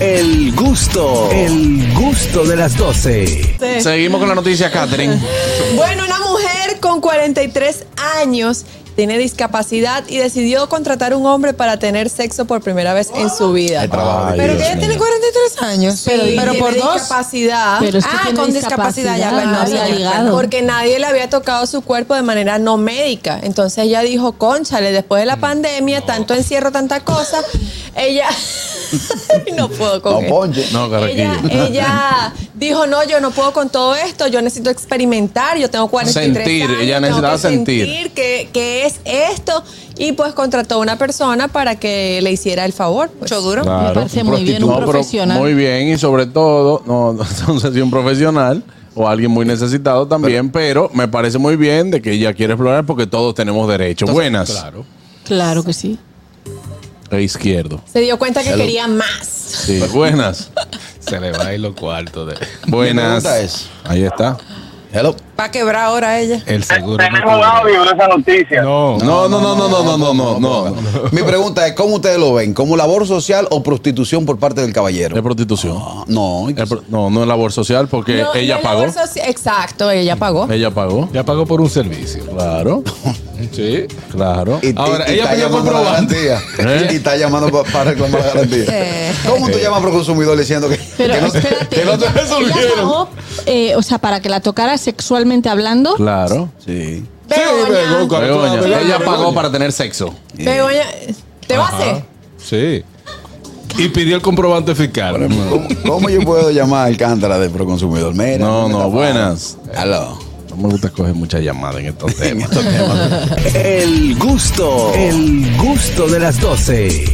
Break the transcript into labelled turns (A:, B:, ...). A: El gusto, el gusto de las 12.
B: Seguimos con la noticia, Catherine.
C: Bueno, una mujer con 43 años tiene discapacidad y decidió contratar un hombre para tener sexo por primera vez en su vida.
B: Trabajo.
D: Pero
B: Dios
D: que ella
B: mío.
D: tiene 43 años. pero
C: Y
D: pero
C: tiene
D: por dos.
C: discapacidad.
E: Pero es que
D: Ah,
E: tiene
D: con discapacidad, ya,
E: discapacidad,
D: perdón,
E: no había
D: señor.
E: ligado.
C: Porque nadie le había tocado su cuerpo de manera no médica. Entonces ella dijo, conchale, después
B: Mm,
C: de la pandemia, tanto encierro, tanta cosa, ella... no puedo con esto.
B: No,
C: Ella,
B: Carraquillo.
C: ella dijo, no, yo no puedo con todo esto, yo necesito experimentar, yo tengo 43
B: Sentir,
C: años,
B: ella
C: tengo
B: necesitaba
C: que
B: sentir.
C: que, que es esto y pues contrató a una persona para que le hiciera el favor. pues.
D: Mucho duro.
E: Me parece muy bien,
B: prostituta.
E: un
B: No, pero
E: profesional.
B: Muy bien, y sobre todo, no, no sé si un profesional o alguien muy necesitado también, pero, me parece muy bien de que ella quiere explorar porque todos tenemos derecho. Buenas.
F: Claro.
E: Claro que sí.
B: E izquierdo.
C: Se dio cuenta que quería más.
B: Sí, buenas.
F: Se le va a ir los cuartos de.
B: Buenas.
G: pregunta es-
B: Ahí está.
G: Hello.
D: Va a quebrar ahora ella.
F: El seguro. no
H: Tenemos
F: cubre.
H: audio de esa noticia.
F: No.
B: No, no, no, no, no, no, no, no, no.
G: Mi pregunta es, ¿cómo ustedes lo ven? ¿Como labor social o prostitución por parte del
B: Es
G: caballero?
B: prostitución.
G: No,
B: Es pro- no, no es labor social porque
C: No,
B: Eh, ella
C: no, la
B: pagó.
C: bolsa sí- exacto, ella pagó.
B: Ella pagó.
F: Ya pagó por un servicio.
B: Claro,
F: Sí.
B: claro.
G: Y- y-
F: Ahora,
G: y
F: ella
G: está
F: pidió
G: llamando la
F: comprobante.
G: garantía.
B: ¿Eh?
G: Y está llamando pa- para reclamar la garantía. ¿Cómo tú llamas a Proconsumidor diciendo que,
E: Pero
G: que no-
E: espérate.
B: que no te
E: ella-
B: resolvieron.
E: ella pagó, eh, o sea, para que la tocara sexualmente hablando.
B: Claro.
G: Sí.
C: Begoña,
B: Begoña, ella pagó para tener sexo.
C: Begoña, ¿te va a hacer?
F: Sí. Y pidió el comprobante fiscal.
G: ¿Cómo, cómo yo puedo llamar a Alcántara de Proconsumidor? Mira,
B: No,
G: me
B: no,
G: está
B: buenas.
G: fallando. Aló.
B: No me gusta coger muchas llamadas en estos temas.
A: El gusto, el gusto de las 12.